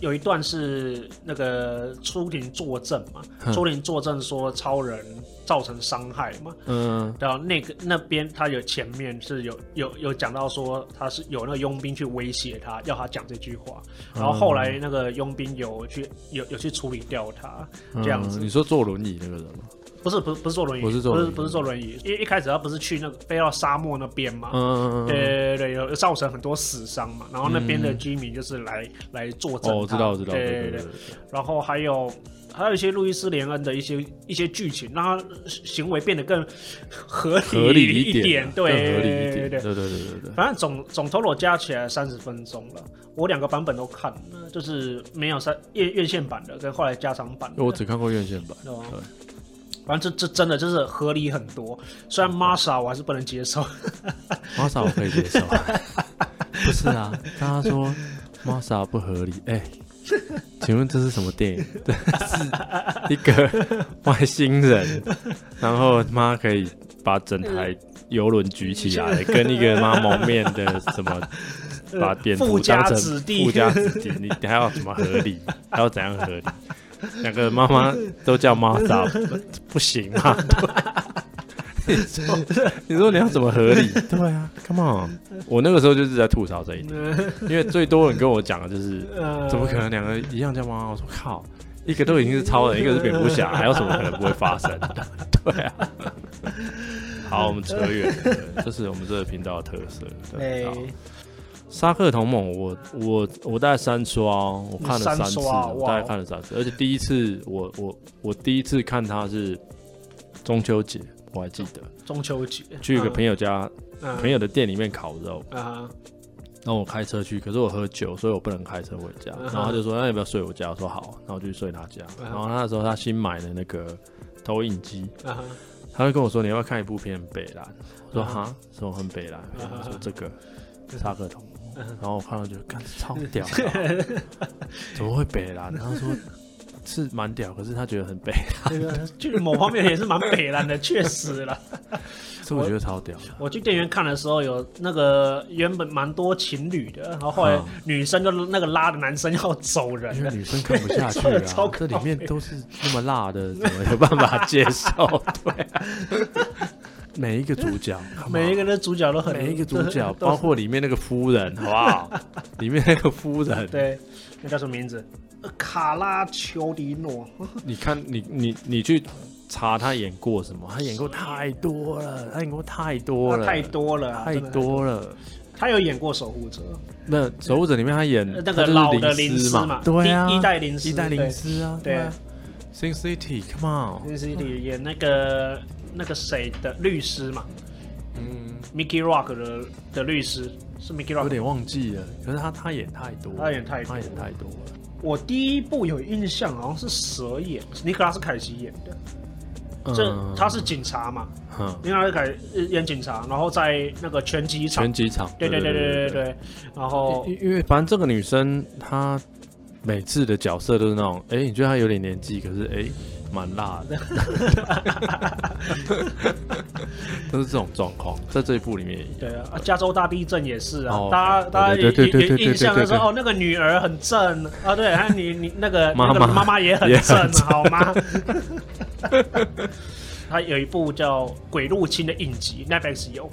Speaker 2: 有一段是那个出庭作证嘛，
Speaker 1: 嗯
Speaker 2: 出庭作证说超人造成伤害嘛，
Speaker 1: 嗯，
Speaker 2: 然后那个那边他有前面是有有有讲到说他是有那个佣兵去威胁他，要他讲这句话，然后后
Speaker 1: 嗯
Speaker 2: 来那个佣兵有去有有去处理掉他，这样子
Speaker 1: 嗯你说坐轮椅那个人吗？
Speaker 2: 不是不是不是坐轮椅，
Speaker 1: 不是坐
Speaker 2: 不
Speaker 1: 轮
Speaker 2: 是
Speaker 1: 椅
Speaker 2: 不是坐轮椅，一一开始他不是去那个飞到沙漠那边嘛，
Speaker 1: 嗯，
Speaker 2: 对对对，有造成很多死伤嘛，然后那边的居民就是来、来作证他，
Speaker 1: 哦，我知道，我知道，
Speaker 2: 对
Speaker 1: 对
Speaker 2: 对
Speaker 1: 对，
Speaker 2: 然后还有还有一些路易斯·连恩的一些一些剧情，让他行为变得更合理
Speaker 1: 合理
Speaker 2: 一
Speaker 1: 点啊，
Speaker 2: 对，
Speaker 1: 更合理一
Speaker 2: 对
Speaker 1: 点，
Speaker 2: 对
Speaker 1: 对对
Speaker 2: 对
Speaker 1: 对对对。
Speaker 2: 反正总总 total 加起来三十分钟了，我两个版本都看了，就是没有三院院线版的跟后来加长版的。
Speaker 1: 我只看过院线版，
Speaker 2: 哦
Speaker 1: 对
Speaker 2: 反正这这真的就是合理很多，虽
Speaker 1: 嗯
Speaker 2: 然 Masa 我还是不能
Speaker 1: [laughs]
Speaker 2: 接受，
Speaker 1: 玛莎我可以接受。啊不是啊，他说玛莎不合理，哎，请问这是什么电影？对，是一个外星人，然后妈可以把整台游轮举起来，跟一个妈蒙面的什么把蝙
Speaker 2: 呃富
Speaker 1: 蝠
Speaker 2: 家
Speaker 1: 当成
Speaker 2: 子
Speaker 1: [laughs]
Speaker 2: 弟
Speaker 1: 富
Speaker 2: [laughs]
Speaker 1: 家子弟，你还要怎么合理？还要怎样合理？两个妈妈都叫妈 [laughs] 萨，不不行嘛？对你说，你说你要怎么合理？ [laughs] 对啊，Come on！我那个时候就是在吐槽这一 [laughs] 点，因为最多人跟我讲的就是，
Speaker 2: 呃，
Speaker 1: 怎么可能两个一样叫妈妈？我说靠，一个都已经是超人，一个是蝙蝠侠，还有什么可能不会发生？ [laughs] 对啊。 [laughs] 好，我们扯远了，这是我们这个频道的特色。对，
Speaker 2: 哎
Speaker 1: 好沙克同盟，我我我大概三刷哦，我看了
Speaker 2: 三
Speaker 1: 三次，
Speaker 2: 刷
Speaker 1: 我
Speaker 2: 哇
Speaker 1: 大概看了三次，而且第一次我我我第一次看它是中秋节，我还记得
Speaker 2: 中秋节
Speaker 1: 去一个朋友家、
Speaker 2: 嗯
Speaker 1: 朋友的店里面烤肉，
Speaker 2: 啊，
Speaker 1: 那我开车去，可是我喝酒，所以我不能开车回家。
Speaker 2: 嗯哼
Speaker 1: 然后他就说：“哎那要不要睡我家？”我说：“哎好。”然后我就去睡他家。
Speaker 2: 嗯
Speaker 1: 然后那时候他新买的那个投影机，
Speaker 2: 啊哈，
Speaker 1: 他就跟我说：“你要不要看一部片《北兰》？”我说：“
Speaker 2: 嗯哼
Speaker 1: 哈，什么很北兰？”
Speaker 2: 嗯哼
Speaker 1: 他说：“这个插个头。”然后我看到就看超屌的，怎么会北兰？他说是蛮屌，可是他觉得
Speaker 2: [laughs]
Speaker 1: 很北，
Speaker 2: [laughs] 这个就是某方面也是蛮北蓝的，
Speaker 1: [laughs]
Speaker 2: 确实啦。
Speaker 1: 所以我觉得超屌的。
Speaker 2: 我去电影院看的时候，有那个原本蛮多情侣的，然后后来
Speaker 1: 嗯
Speaker 2: 女生就那个拉着男生要走
Speaker 1: 因
Speaker 2: 人
Speaker 1: 为
Speaker 2: 了。
Speaker 1: 女生看不下去
Speaker 2: [laughs] 超
Speaker 1: 啊，这
Speaker 2: 靠北
Speaker 1: 里面都是那么辣的，怎么有办法接受？对、
Speaker 2: [laughs]
Speaker 1: 啊，每一个主角，好不好
Speaker 2: 每一个的主角都很，
Speaker 1: 每一个主角，
Speaker 2: [laughs] 都
Speaker 1: 包括里面那个夫人，好不好？里面那个夫人，
Speaker 2: 对，那叫什么名字？呃卡拉乔迪诺，
Speaker 1: 你看，你你你去查他演过什么？他演过太多了，他演过太多
Speaker 2: 哇
Speaker 1: 了，
Speaker 2: 太多了啊，
Speaker 1: 太
Speaker 2: 真的。
Speaker 1: 多哦了。
Speaker 2: 他有演过《守护者
Speaker 1: 那《守护者》里面他演》，
Speaker 2: 呃
Speaker 1: 他
Speaker 2: 那个
Speaker 1: 就是
Speaker 2: 老的
Speaker 1: 灵
Speaker 2: 师
Speaker 1: 嘛，对啊，
Speaker 2: 一一代灵师，
Speaker 1: 一代
Speaker 2: 对
Speaker 1: 灵师啊，
Speaker 2: 对
Speaker 1: 对啊。Sin City，Come on，
Speaker 2: 就是里演那个那个谁的律师嘛
Speaker 1: 嗯。
Speaker 2: ，Mickey Rock 的的律师是 Mickey
Speaker 1: 有
Speaker 2: Rock。
Speaker 1: 点忘记了，可是他他演太多了，
Speaker 2: 他演太多
Speaker 1: 他演太多了。
Speaker 2: 我第一部有印象，好像是蛇眼，尼克拉斯凯奇演的。这
Speaker 1: 嗯
Speaker 2: 他是警察嘛？
Speaker 1: 嗯
Speaker 2: 尼克拉斯凯呃演警察，然后在那个拳击场
Speaker 1: 全，几场，
Speaker 2: 对对对对对对对，然后
Speaker 1: 因因为反正这个女生她每次的角色都是那种，哎，你觉得她有点年纪，可是哎，蛮辣的， [laughs] 都是这种状况，在这一部里面也一样。
Speaker 2: 对啊，加州大地震也是啊，
Speaker 1: 哦
Speaker 2: 大家
Speaker 1: 对
Speaker 2: 大家
Speaker 1: 对对
Speaker 2: 有
Speaker 1: 对
Speaker 2: 有
Speaker 1: 对对
Speaker 2: 印象的
Speaker 1: 对对
Speaker 2: 时
Speaker 1: 对
Speaker 2: 候，哦，那个女儿很正啊，对，还有你你
Speaker 1: [laughs]
Speaker 2: 那个
Speaker 1: 妈妈
Speaker 2: 那个妈妈也很
Speaker 1: 也很
Speaker 2: 正，
Speaker 1: 正
Speaker 2: 好吗？ [laughs] 他有一部叫《鬼入侵》的影集，Netflix 有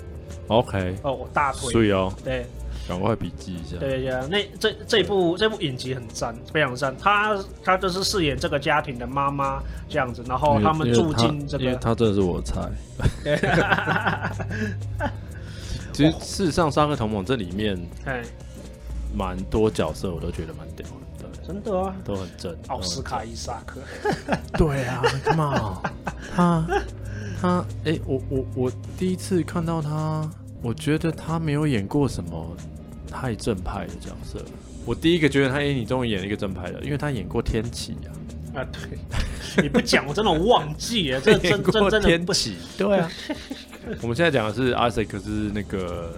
Speaker 1: OK，
Speaker 2: 哦，我大推，
Speaker 1: 所以哦，
Speaker 2: 对
Speaker 1: 赶快笔记一下。
Speaker 2: 对对对，那这这部这部影集很赞，非常赞。他他就是饰演这个家庭的妈妈这样子，然后
Speaker 1: 因为
Speaker 2: 哦他们
Speaker 1: 因为
Speaker 2: 住
Speaker 1: 她
Speaker 2: 进这
Speaker 1: 因为
Speaker 2: 个，
Speaker 1: 她真的是我的菜。
Speaker 2: [laughs]
Speaker 1: 其实
Speaker 2: 对
Speaker 1: 事实上，《三个同盟》这里面
Speaker 2: 哎，
Speaker 1: 蛮多角色，我都觉得蛮屌的，对，
Speaker 2: 真的啊，
Speaker 1: 都很正。
Speaker 2: 奥斯卡伊萨克，
Speaker 1: 对啊，Come on，他 [laughs] 他哎、我我我第一次看到他，我觉得他没有演过什么太正派的角色。我第一个觉得他，哎、你终于演了一个正派的，因为他演过天启啊，
Speaker 2: [laughs] 啊，对，你不讲我真的忘记了，
Speaker 1: [laughs]
Speaker 2: 这真
Speaker 1: 演
Speaker 2: 真
Speaker 1: 过
Speaker 2: 真的
Speaker 1: 天
Speaker 2: 不
Speaker 1: 启，对啊。我们现在讲的是阿 s 克是那个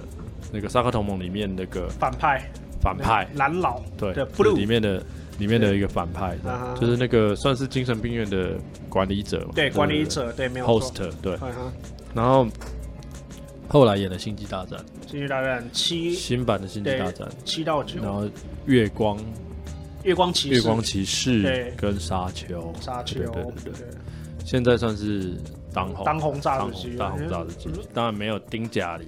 Speaker 1: 那个《沙克同盟》里面那个
Speaker 2: 反派，
Speaker 1: 反派，
Speaker 2: 蓝老，
Speaker 1: 对，
Speaker 2: 对
Speaker 1: 就是里
Speaker 2: ，blue，
Speaker 1: 面的里面的一个反派
Speaker 2: 对啊，
Speaker 1: 就是那个算是精神病院的管理者嘛，
Speaker 2: 对，管理者，对，没有错。
Speaker 1: host，对。
Speaker 2: 嗯哼，
Speaker 1: 然后后来演了《星际大战》，
Speaker 2: 星际大战七
Speaker 1: 新版的《星际大战》，
Speaker 2: 七到九
Speaker 1: 然，后月光、
Speaker 2: 月光骑士，
Speaker 1: 月光骑士
Speaker 2: 对
Speaker 1: 跟沙丘，
Speaker 2: 沙丘，
Speaker 1: 对对对
Speaker 2: 对
Speaker 1: 对，现在算是当红
Speaker 2: 当红炸
Speaker 1: 当
Speaker 2: 子鸡，
Speaker 1: 红当红炸子鸡，当然没有丁贾
Speaker 2: [laughs]
Speaker 1: 玲，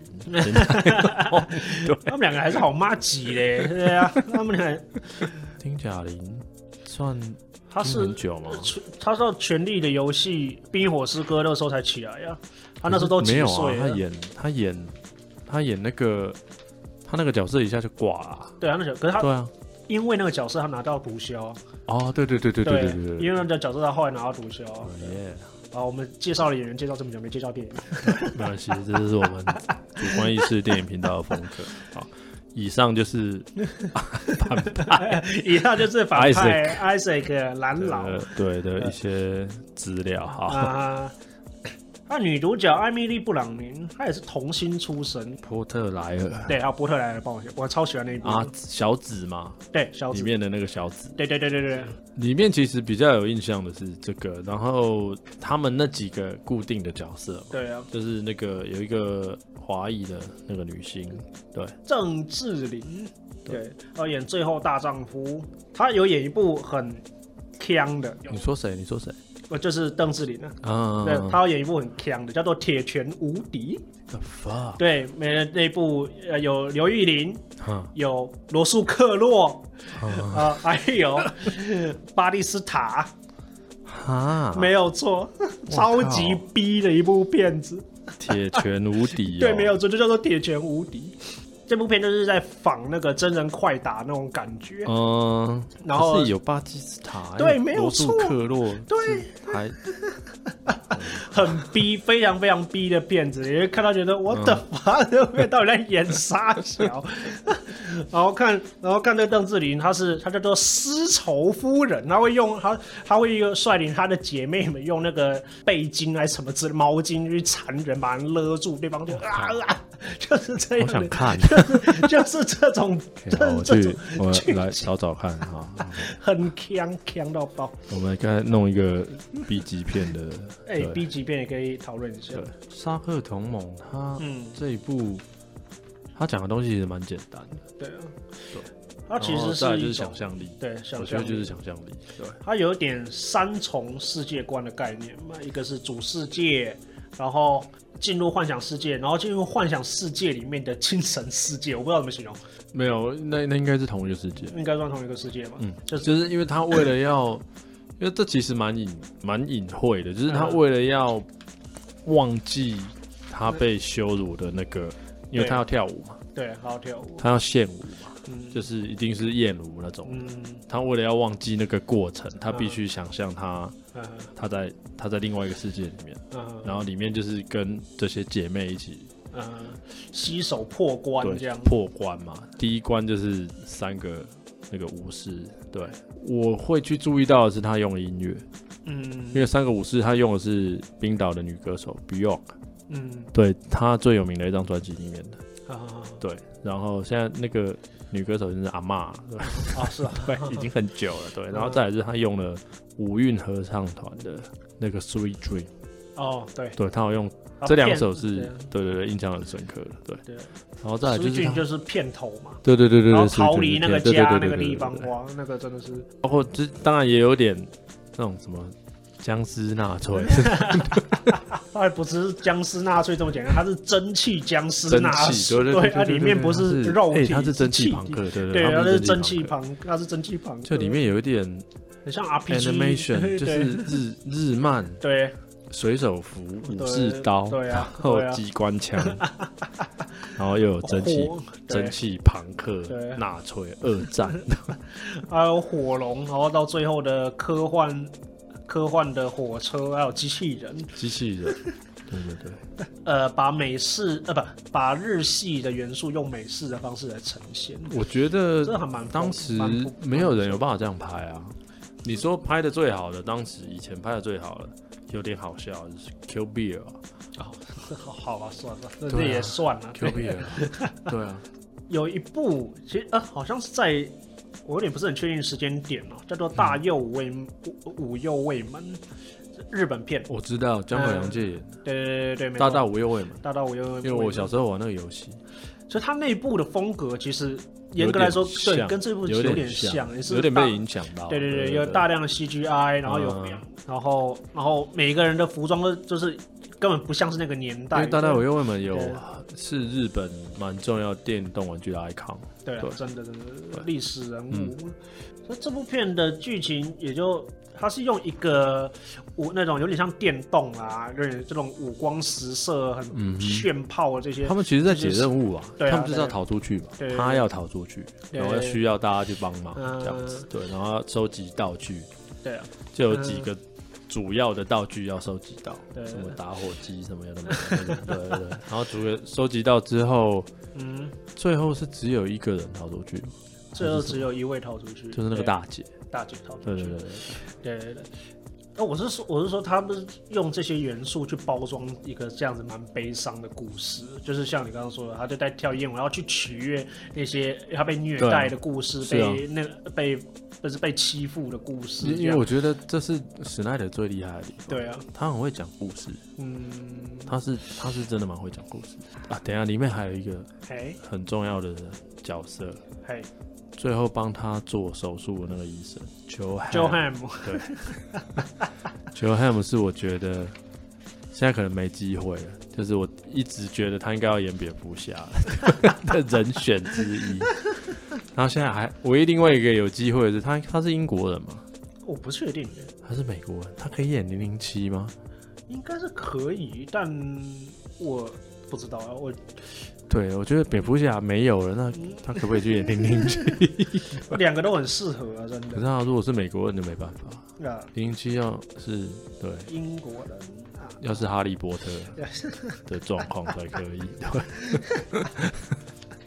Speaker 2: 他们两个还是好妈鸡嘞，对啊，他们俩
Speaker 1: 丁贾玲算
Speaker 2: 他
Speaker 1: 听 [laughs]
Speaker 2: 是
Speaker 1: 很久吗？
Speaker 2: 他到《权力的游戏》《冰与火之歌》那时候才起来呀，他那时候都几
Speaker 1: 没有啊，
Speaker 2: 岁
Speaker 1: 他
Speaker 2: 了？
Speaker 1: 演他演他演那个他那个角色一下就挂了，
Speaker 2: 对啊，那时候可是他
Speaker 1: 对啊，
Speaker 2: 因为那个角色他拿到毒枭啊，
Speaker 1: 哦，对对对对对对对 Oh 对
Speaker 2: 因为那个角色他后来拿到毒枭啊。
Speaker 1: 对，耶。
Speaker 2: 啊，我们介绍了演员，介绍这么久，没介绍电影。
Speaker 1: 没关系，这就是我们主观意识电影频道的风
Speaker 2: [laughs]
Speaker 1: 格。好，以上就是
Speaker 2: [laughs] 以上就是反派 Isaac 蓝老
Speaker 1: 呃对的一些资料。好
Speaker 2: 啊。那女主角艾米丽·布朗宁，她也是童星出身。
Speaker 1: 波特莱尔
Speaker 2: 对，还有波特莱尔帮我写，我超喜欢那一部。
Speaker 1: 啊，小紫嘛，
Speaker 2: 对，小
Speaker 1: 里
Speaker 2: 紫。
Speaker 1: 面的那个小紫，
Speaker 2: 对对对对对，
Speaker 1: 里面其实比较有印象的是这个，然后他们那几个固定的角色嘛，
Speaker 2: 对啊，
Speaker 1: 就是那个有一个华裔的那个女星，对，
Speaker 2: 郑志玲，
Speaker 1: 对
Speaker 2: 对，然后演《最后大丈夫》，她有演一部很腔的，
Speaker 1: 你说谁？你说谁？
Speaker 2: 我就是邓志玲啊，
Speaker 1: 啊
Speaker 2: 对，她有演一部很腔的，叫做《铁拳无敌》。
Speaker 1: ，the fuck，
Speaker 2: 对，没那部呃有刘玉玲，
Speaker 1: 哈
Speaker 2: 有罗素克洛，
Speaker 1: 啊
Speaker 2: 啊，还有巴蒂斯塔，
Speaker 1: 哈，
Speaker 2: 没有错，
Speaker 1: 靠
Speaker 2: 超级逼的一部片子。
Speaker 1: 铁拳无敌哦，
Speaker 2: [laughs] 对，没有错，就叫做《铁拳无敌》。这部片就是在仿那个真人快打那种感觉，
Speaker 1: 嗯，
Speaker 2: 然后
Speaker 1: 可是有巴基斯坦，
Speaker 2: 对
Speaker 1: 有
Speaker 2: 没有
Speaker 1: 罗素
Speaker 2: 错
Speaker 1: 克洛对，还
Speaker 2: 很逼，非常非常
Speaker 1: 嗯
Speaker 2: 逼的片子，你会看到觉得我的妈，这部片到底在演啥小？然后看，然后看那个邓志玲，她是她叫做丝绸夫人，她会用她她会率领她的姐妹们用那个背巾还是什么之毛巾去缠人，把人勒住，对方就啊啊，就是这样
Speaker 1: 好想
Speaker 2: 的，
Speaker 1: 看，
Speaker 2: [laughs] 就是就是这
Speaker 1: [laughs]
Speaker 2: 种，
Speaker 1: OK，
Speaker 2: 就
Speaker 1: 好我
Speaker 2: 是这种
Speaker 1: 去，我
Speaker 2: 剧
Speaker 1: 来找找看哈。
Speaker 2: [laughs] 很强强到爆。
Speaker 1: 我们该弄一个 B 级片的，
Speaker 2: 哎、
Speaker 1: 对
Speaker 2: b 级片也可以讨论一下
Speaker 1: 对。，沙克同盟，它
Speaker 2: 嗯，
Speaker 1: 这一部，它讲的东西其实蛮简单的，
Speaker 2: 对啊，它其
Speaker 1: 然后
Speaker 2: 实
Speaker 1: 再来
Speaker 2: 一
Speaker 1: 就是
Speaker 2: 种
Speaker 1: 想象力，
Speaker 2: 对
Speaker 1: 我
Speaker 2: 想
Speaker 1: 觉
Speaker 2: 象
Speaker 1: 得就
Speaker 2: 力
Speaker 1: 是想象力，对，
Speaker 2: 它有点三重世界观的概念嘛，一个是主世界，然后进入幻想世界，然后进入幻想世界里面的精神世界，我不知道怎么形容，
Speaker 1: 没有，那那应该是同一个世界，
Speaker 2: 应该算同一个世界吧？
Speaker 1: 嗯，
Speaker 2: 就是
Speaker 1: 就是因为他为
Speaker 2: [coughs]
Speaker 1: 了要，因为这其实蛮隐蛮隐晦的，就是他
Speaker 2: 嗯
Speaker 1: 为了要忘记他被羞辱的那个，因为
Speaker 2: 对
Speaker 1: 他要跳舞嘛，
Speaker 2: 对，好好跳舞，
Speaker 1: 他要献舞嘛，
Speaker 2: 嗯
Speaker 1: 就是一定是艳舞那种。
Speaker 2: 嗯
Speaker 1: 他为了要忘记那个过程，他必
Speaker 2: 嗯
Speaker 1: 须想象他
Speaker 2: 嗯
Speaker 1: 他在他在另外一个世界里面，
Speaker 2: 嗯
Speaker 1: 然后里面就是跟这些姐妹一起
Speaker 2: 嗯，洗手破关
Speaker 1: 对
Speaker 2: 这样，
Speaker 1: 破关嘛。第一关就是三个那个武士，对我会去注意到的是他用的音乐，
Speaker 2: 嗯
Speaker 1: 因为三个武士他用的是冰岛的女歌手 Bjork，
Speaker 2: 嗯
Speaker 1: 对她最有名的一张专辑里面的。
Speaker 2: 啊
Speaker 1: 对，然后现在那个女歌手就是阿嬷，
Speaker 2: 啊是啊，
Speaker 1: 对，已经很久了，对。然后再来是他用了五韵合唱团的那个 Sweet Dream，
Speaker 2: 哦对，
Speaker 1: 对他有用
Speaker 2: 啊
Speaker 1: 这两
Speaker 2: 片
Speaker 1: 首是
Speaker 2: 对啊，
Speaker 1: 对对对，印象很深刻的，对。
Speaker 2: 对，
Speaker 1: 然后再来就是
Speaker 2: 苏
Speaker 1: 他
Speaker 2: 俊就是片头嘛，
Speaker 1: 对对对对
Speaker 2: 然
Speaker 1: 对，
Speaker 2: 后逃
Speaker 1: Sweet
Speaker 2: 离
Speaker 1: Dream
Speaker 2: 那个
Speaker 1: 对对
Speaker 2: 家
Speaker 1: 对
Speaker 2: 那
Speaker 1: 对
Speaker 2: 个
Speaker 1: 对
Speaker 2: 地
Speaker 1: 对
Speaker 2: 方
Speaker 1: 对，对
Speaker 2: 哇，那个真的是
Speaker 1: 包括这当然也有点那种什么僵尸纳粹这种
Speaker 2: 它还不是僵尸纳粹这么简单，它是蒸汽 [laughs] 僵尸
Speaker 1: 蒸
Speaker 2: 纳
Speaker 1: 汽，
Speaker 2: 粹，
Speaker 1: 对对对，
Speaker 2: 它
Speaker 1: 对
Speaker 2: 里
Speaker 1: 对
Speaker 2: 面
Speaker 1: 对
Speaker 2: 不
Speaker 1: 它
Speaker 2: 是肉
Speaker 1: 哎
Speaker 2: 体，
Speaker 1: 它是蒸
Speaker 2: 气
Speaker 1: 汽朋克，对
Speaker 2: 对，
Speaker 1: 它
Speaker 2: 它
Speaker 1: 们
Speaker 2: 是
Speaker 1: 是
Speaker 2: 蒸
Speaker 1: 汽
Speaker 2: 汽
Speaker 1: 朋克，
Speaker 2: 朋，它是蒸汽朋克，
Speaker 1: 就里面有一点
Speaker 2: [laughs] 很像 RPG
Speaker 1: animation，就
Speaker 2: [laughs] 对
Speaker 1: 是日日漫、
Speaker 2: 对
Speaker 1: 水手服、武
Speaker 2: 对
Speaker 1: 士刀，
Speaker 2: 对啊，
Speaker 1: 然后
Speaker 2: 对啊，
Speaker 1: 机关
Speaker 2: [laughs]
Speaker 1: 枪，然后又有蒸汽、
Speaker 2: 火
Speaker 1: 蒸
Speaker 2: 对，
Speaker 1: 汽朋克
Speaker 2: 对、
Speaker 1: 纳粹、二战，
Speaker 2: 还有火龙，然后到最后的科幻。科幻的火车，还有机器人，
Speaker 1: 机器人，对对对，
Speaker 2: 呃，把美式呃不，把日系的元素用美式的方式来呈现，
Speaker 1: 我觉
Speaker 2: 这
Speaker 1: 得
Speaker 2: 还蛮
Speaker 1: 当时
Speaker 2: 蛮不
Speaker 1: 没有人有办法这样拍啊。你说拍的最好的，当时以前拍的最好的，有点好笑，就是 Q Bill 啊
Speaker 2: 好 [laughs] 好吧，算了，那这
Speaker 1: 对啊
Speaker 2: 也算了。
Speaker 1: ，Q Bill，对 [laughs] 啊，
Speaker 2: 有一部，其实呃，好像是在，我有点不是很确定时间点哦，叫做《大右卫武右卫门》，日本片。
Speaker 1: 我知道江口洋介演的
Speaker 2: 对对对对，没
Speaker 1: 大
Speaker 2: 错
Speaker 1: 大无忧卫嘛，
Speaker 2: 大大武右卫门。
Speaker 1: 因为我小时候玩那个游戏，
Speaker 2: 所以它内部的风格其实严格来说，
Speaker 1: 有点
Speaker 2: 对，
Speaker 1: 像
Speaker 2: 跟这部
Speaker 1: 有
Speaker 2: 点
Speaker 1: 像，
Speaker 2: 也是
Speaker 1: 有点
Speaker 2: 大
Speaker 1: 被影响到。
Speaker 2: 对对
Speaker 1: 对
Speaker 2: 对，有大量的 CGI，然后有，
Speaker 1: 嗯
Speaker 2: 然后然后每个人的服装都就是根本不像是那个年
Speaker 1: 因
Speaker 2: 代
Speaker 1: 为
Speaker 2: 的。
Speaker 1: 大大我又问们有
Speaker 2: 对
Speaker 1: 是日本蛮重要电动玩具的 icon，
Speaker 2: 对啊
Speaker 1: 对，
Speaker 2: 真的真的
Speaker 1: 对嗯
Speaker 2: 历史人物。那、这部片的剧情也就它是用一个武那种有点像电动啊，有点这种五光十色、
Speaker 1: 嗯
Speaker 2: 很
Speaker 1: 哼
Speaker 2: 炫炮的这些
Speaker 1: 他，们其实在解任务啊，
Speaker 2: 对啊
Speaker 1: 他们就是要逃出去嘛
Speaker 2: 对对，对
Speaker 1: 他要逃出去，
Speaker 2: 对
Speaker 1: 然后要需要大家去帮忙
Speaker 2: 嗯
Speaker 1: 这样子，对，然后要收集道具，
Speaker 2: 对啊，
Speaker 1: 就有几个主要的道具要收集到，
Speaker 2: 对
Speaker 1: 什么打火机什么有的没的，对对对，然后主要收集到之后，
Speaker 2: 嗯，
Speaker 1: 最后是只有一个人逃出去，
Speaker 2: 最后只有一位逃出去，
Speaker 1: 就是那个
Speaker 2: 对
Speaker 1: 大姐，
Speaker 2: 大姐逃出
Speaker 1: 对
Speaker 2: 去，
Speaker 1: 对对，对
Speaker 2: 对对对。那、我是说，我是说，他们用这些元素去包装一个这样子蛮悲伤的故事，就是像你刚刚说的，他就在跳艳舞，然后去取悦那些他被虐
Speaker 1: 对啊
Speaker 2: 待的故事，
Speaker 1: 是
Speaker 2: 被、
Speaker 1: 啊
Speaker 2: 那个被不是被欺负的故事这样，
Speaker 1: 因因为我觉得这是史奈德最厉害的地方，
Speaker 2: 对啊，
Speaker 1: 他很会讲故事。
Speaker 2: 嗯，
Speaker 1: 他是他是真的蛮会讲故事的啊！等一下，里面还有一个
Speaker 2: 哎
Speaker 1: 很重要的角色，
Speaker 2: 哎
Speaker 1: 最后帮他做手术的那个医生 Joe
Speaker 2: j o
Speaker 1: Ham。
Speaker 2: Ham，
Speaker 1: Joe Ham 是我觉得现在可能没机会了，就是我一直觉得他应该要演蝙蝠侠 [laughs] 的人选之一。然后现在还唯一另外一个有机会的是他，他是英国人吗？
Speaker 2: 我不确定，
Speaker 1: 他是美国人？他可以演零零七吗？
Speaker 2: 应该是可以，但我不知道啊，我
Speaker 1: 对，我觉得蝙蝠侠没有了，那他可不可以去演零零七？ [laughs]
Speaker 2: 两个都很适合啊，真
Speaker 1: 可是
Speaker 2: 的
Speaker 1: 他如果是美国人就没办法。
Speaker 2: 啊，
Speaker 1: 零零七要是对，
Speaker 2: 英国人啊，
Speaker 1: 要是哈利波特的状况才可以。对，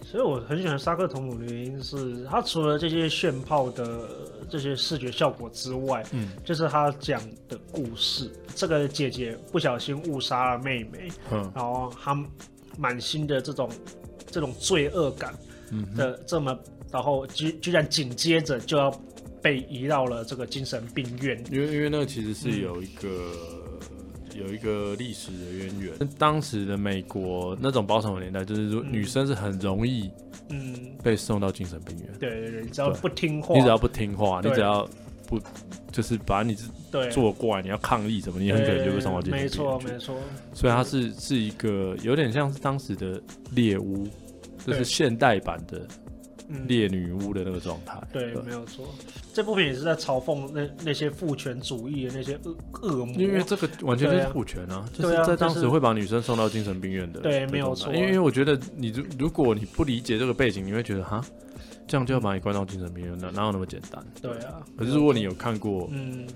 Speaker 2: 所以我很喜欢沙克童姆的原因是，他除了这些炫炮的呃这些视觉效果之外，
Speaker 1: 嗯，
Speaker 2: 就是他讲的故事。这个姐姐不小心误杀了妹妹，
Speaker 1: 嗯
Speaker 2: 然后她满心的这种这种罪恶感
Speaker 1: 嗯哼
Speaker 2: 的这么，然后居居然紧接着就要被移到了这个精神病院。
Speaker 1: 因为因为那个其实是有一个、有一个历史的渊源，当时的美国那种保守的年代，就是说
Speaker 2: 嗯
Speaker 1: 女生是很容易
Speaker 2: 嗯，
Speaker 1: 被送到精神病院，
Speaker 2: 对对对，只要
Speaker 1: 对
Speaker 2: 不听话，
Speaker 1: 你只要不听话，你
Speaker 2: 对
Speaker 1: 只要不就是把你自
Speaker 2: 对
Speaker 1: 做怪，你要抗议什么，你很可能就被送到精神病
Speaker 2: 没
Speaker 1: 院
Speaker 2: 错
Speaker 1: 去
Speaker 2: 没错，
Speaker 1: 所以它是是一个有点像是当时的猎巫，就是
Speaker 2: 对
Speaker 1: 现代版的
Speaker 2: 嗯。
Speaker 1: 猎女巫的那个状态。
Speaker 2: 对，没有错。这部片也是在嘲讽那那些父权主义的那些恶恶魔，
Speaker 1: 因为这个完全就
Speaker 2: 对
Speaker 1: 是
Speaker 2: 啊
Speaker 1: 父权啊，就
Speaker 2: 嗯对啊
Speaker 1: 是在当
Speaker 2: 就
Speaker 1: 时
Speaker 2: 是
Speaker 1: 会把女生送到精神病院的。
Speaker 2: 对
Speaker 1: 的
Speaker 2: 没有
Speaker 1: 状态
Speaker 2: 错啊
Speaker 1: 因为因为我觉得你如如果你不理解这个背景，你会觉得哈，这样就要把你关到精神病院，哪哪有那么简单？
Speaker 2: 对啊。
Speaker 1: 可是如果你有看过，
Speaker 2: 嗯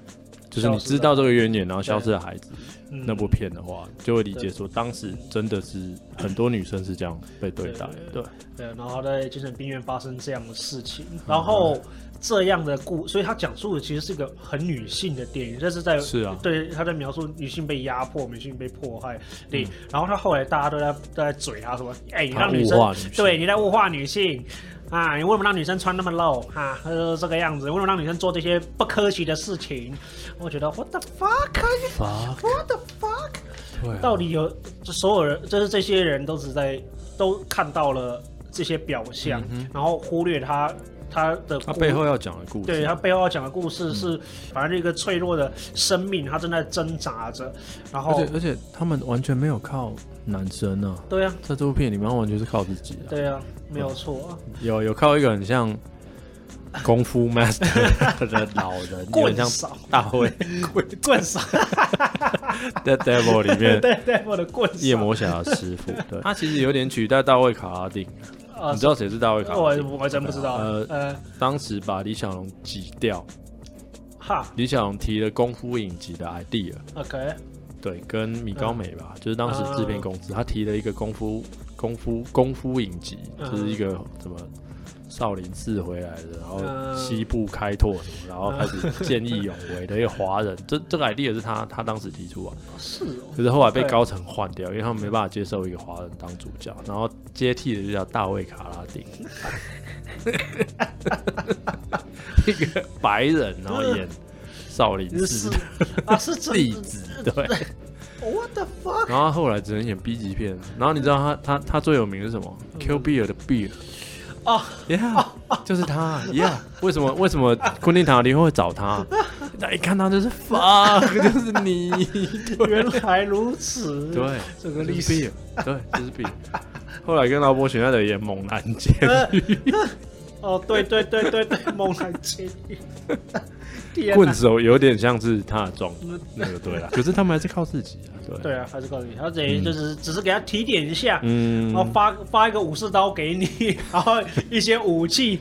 Speaker 1: 就是你知道这个渊源，然后消失的孩子
Speaker 2: 嗯，
Speaker 1: 那部片的话，就会理解说当时真的是很多女生是这样被对待的。对，
Speaker 2: 对，啊然后在精神病院发生这样的事情，
Speaker 1: 嗯
Speaker 2: 然后这样的故，所以他讲述的其实是一个很女性的电影，这是在
Speaker 1: 是啊，
Speaker 2: 对他在描述女性被压迫、女性被迫害。对，然后他后来大家都在都在嘴他说：“哎、
Speaker 1: 嗯
Speaker 2: 你
Speaker 1: 他
Speaker 2: 让女
Speaker 1: 物
Speaker 2: 生
Speaker 1: 化女性
Speaker 2: 对，你在物化女性啊！你为什么让女生穿那么露啊？呃，这个样子，为什么让女生做这些不科学的事情？”我觉得 What the fuck？What
Speaker 1: 罚
Speaker 2: the fuck？
Speaker 1: 对啊
Speaker 2: 到底有这所有人，就是这些人都只在都看到了这些表象，
Speaker 1: 嗯
Speaker 2: 然后忽略他他的
Speaker 1: 他
Speaker 2: 故
Speaker 1: 背后要讲的故事，
Speaker 2: 对他背后要讲的故
Speaker 1: 嗯
Speaker 2: 事是，反正一个脆弱的生命，他正在挣扎着，然
Speaker 1: 而
Speaker 2: 后
Speaker 1: 且而且他们完全没有靠男生啊，
Speaker 2: 对啊，
Speaker 1: 在这部片里面他完全是靠自己啊。
Speaker 2: 对啊，没有错啊，
Speaker 1: 有有靠一个很像功夫 [laughs] master 的老人，有
Speaker 2: 棍
Speaker 1: 点像
Speaker 2: 嫂，
Speaker 1: 大 [laughs] 卫
Speaker 2: 棍嫂，
Speaker 1: [laughs] 在 Devil 里 [laughs] 面
Speaker 2: 对对，我的棍嫂，
Speaker 1: 夜魔侠的师傅，对他其实有点取代大卫卡拉丁，
Speaker 2: 啊
Speaker 1: 你知道谁是大卫卡拉
Speaker 2: 我
Speaker 1: 丁？
Speaker 2: 我真不知道，
Speaker 1: 呃
Speaker 2: 呃，
Speaker 1: 当时把李小龙挤掉，
Speaker 2: 哈
Speaker 1: 李小龙提了功夫影集的 idea，
Speaker 2: ，OK，
Speaker 1: 对，跟米高梅吧，
Speaker 2: 嗯
Speaker 1: 就是当时制片公司，他提了一个功夫功夫功夫影集，
Speaker 2: 嗯
Speaker 1: 就是一个什么少林寺回来的，然后
Speaker 2: 嗯
Speaker 1: 西部开拓什么，然后开始见义勇为的一个华人，
Speaker 2: 嗯
Speaker 1: 这这个 idea 是他他当时提出啊，
Speaker 2: 是哦，
Speaker 1: 可是后来被高层换掉，因为他们没办法接受一个华人当主角，然后接替的就叫大卫卡拉
Speaker 2: [laughs]
Speaker 1: 丁。 [laughs] 一个白人，然后演少林寺
Speaker 2: 是
Speaker 1: 的
Speaker 2: 啊，是真
Speaker 1: 弟子， [laughs] 对，
Speaker 2: ，What the fuck？
Speaker 1: 然后他后来只能演 B 级片，然后你知道他他他最有名是什么？Q b i l 的 Bill，
Speaker 2: 哦
Speaker 1: ，Yeah，就是他，Yeah，为什么为什么昆汀塔利会找他？那一看他就是 fuck，就是你，对
Speaker 2: 原来如此，
Speaker 1: 对，
Speaker 2: 这个
Speaker 1: 就是
Speaker 2: 历史
Speaker 1: Bill，对，就是 Bill。后来跟劳勃·雪奈德演《猛男监
Speaker 2: 呃哦，对对对对对，猛男监
Speaker 1: [laughs]
Speaker 2: 狱，天》，
Speaker 1: 棍
Speaker 2: 哪！
Speaker 1: 手有点像是他的状
Speaker 2: 嗯
Speaker 1: 那个对啦，可是他们还是靠自己啊，对，
Speaker 2: 对啊，还是告诉你，他等于就是、只是给他提点一下，
Speaker 1: 嗯
Speaker 2: 然后发发一个武士刀给你， [laughs] 然后一 [laughs] 些武器。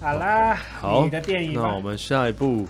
Speaker 2: 好啦，
Speaker 1: 好
Speaker 2: 哦你的电影吧
Speaker 1: 那我们下一步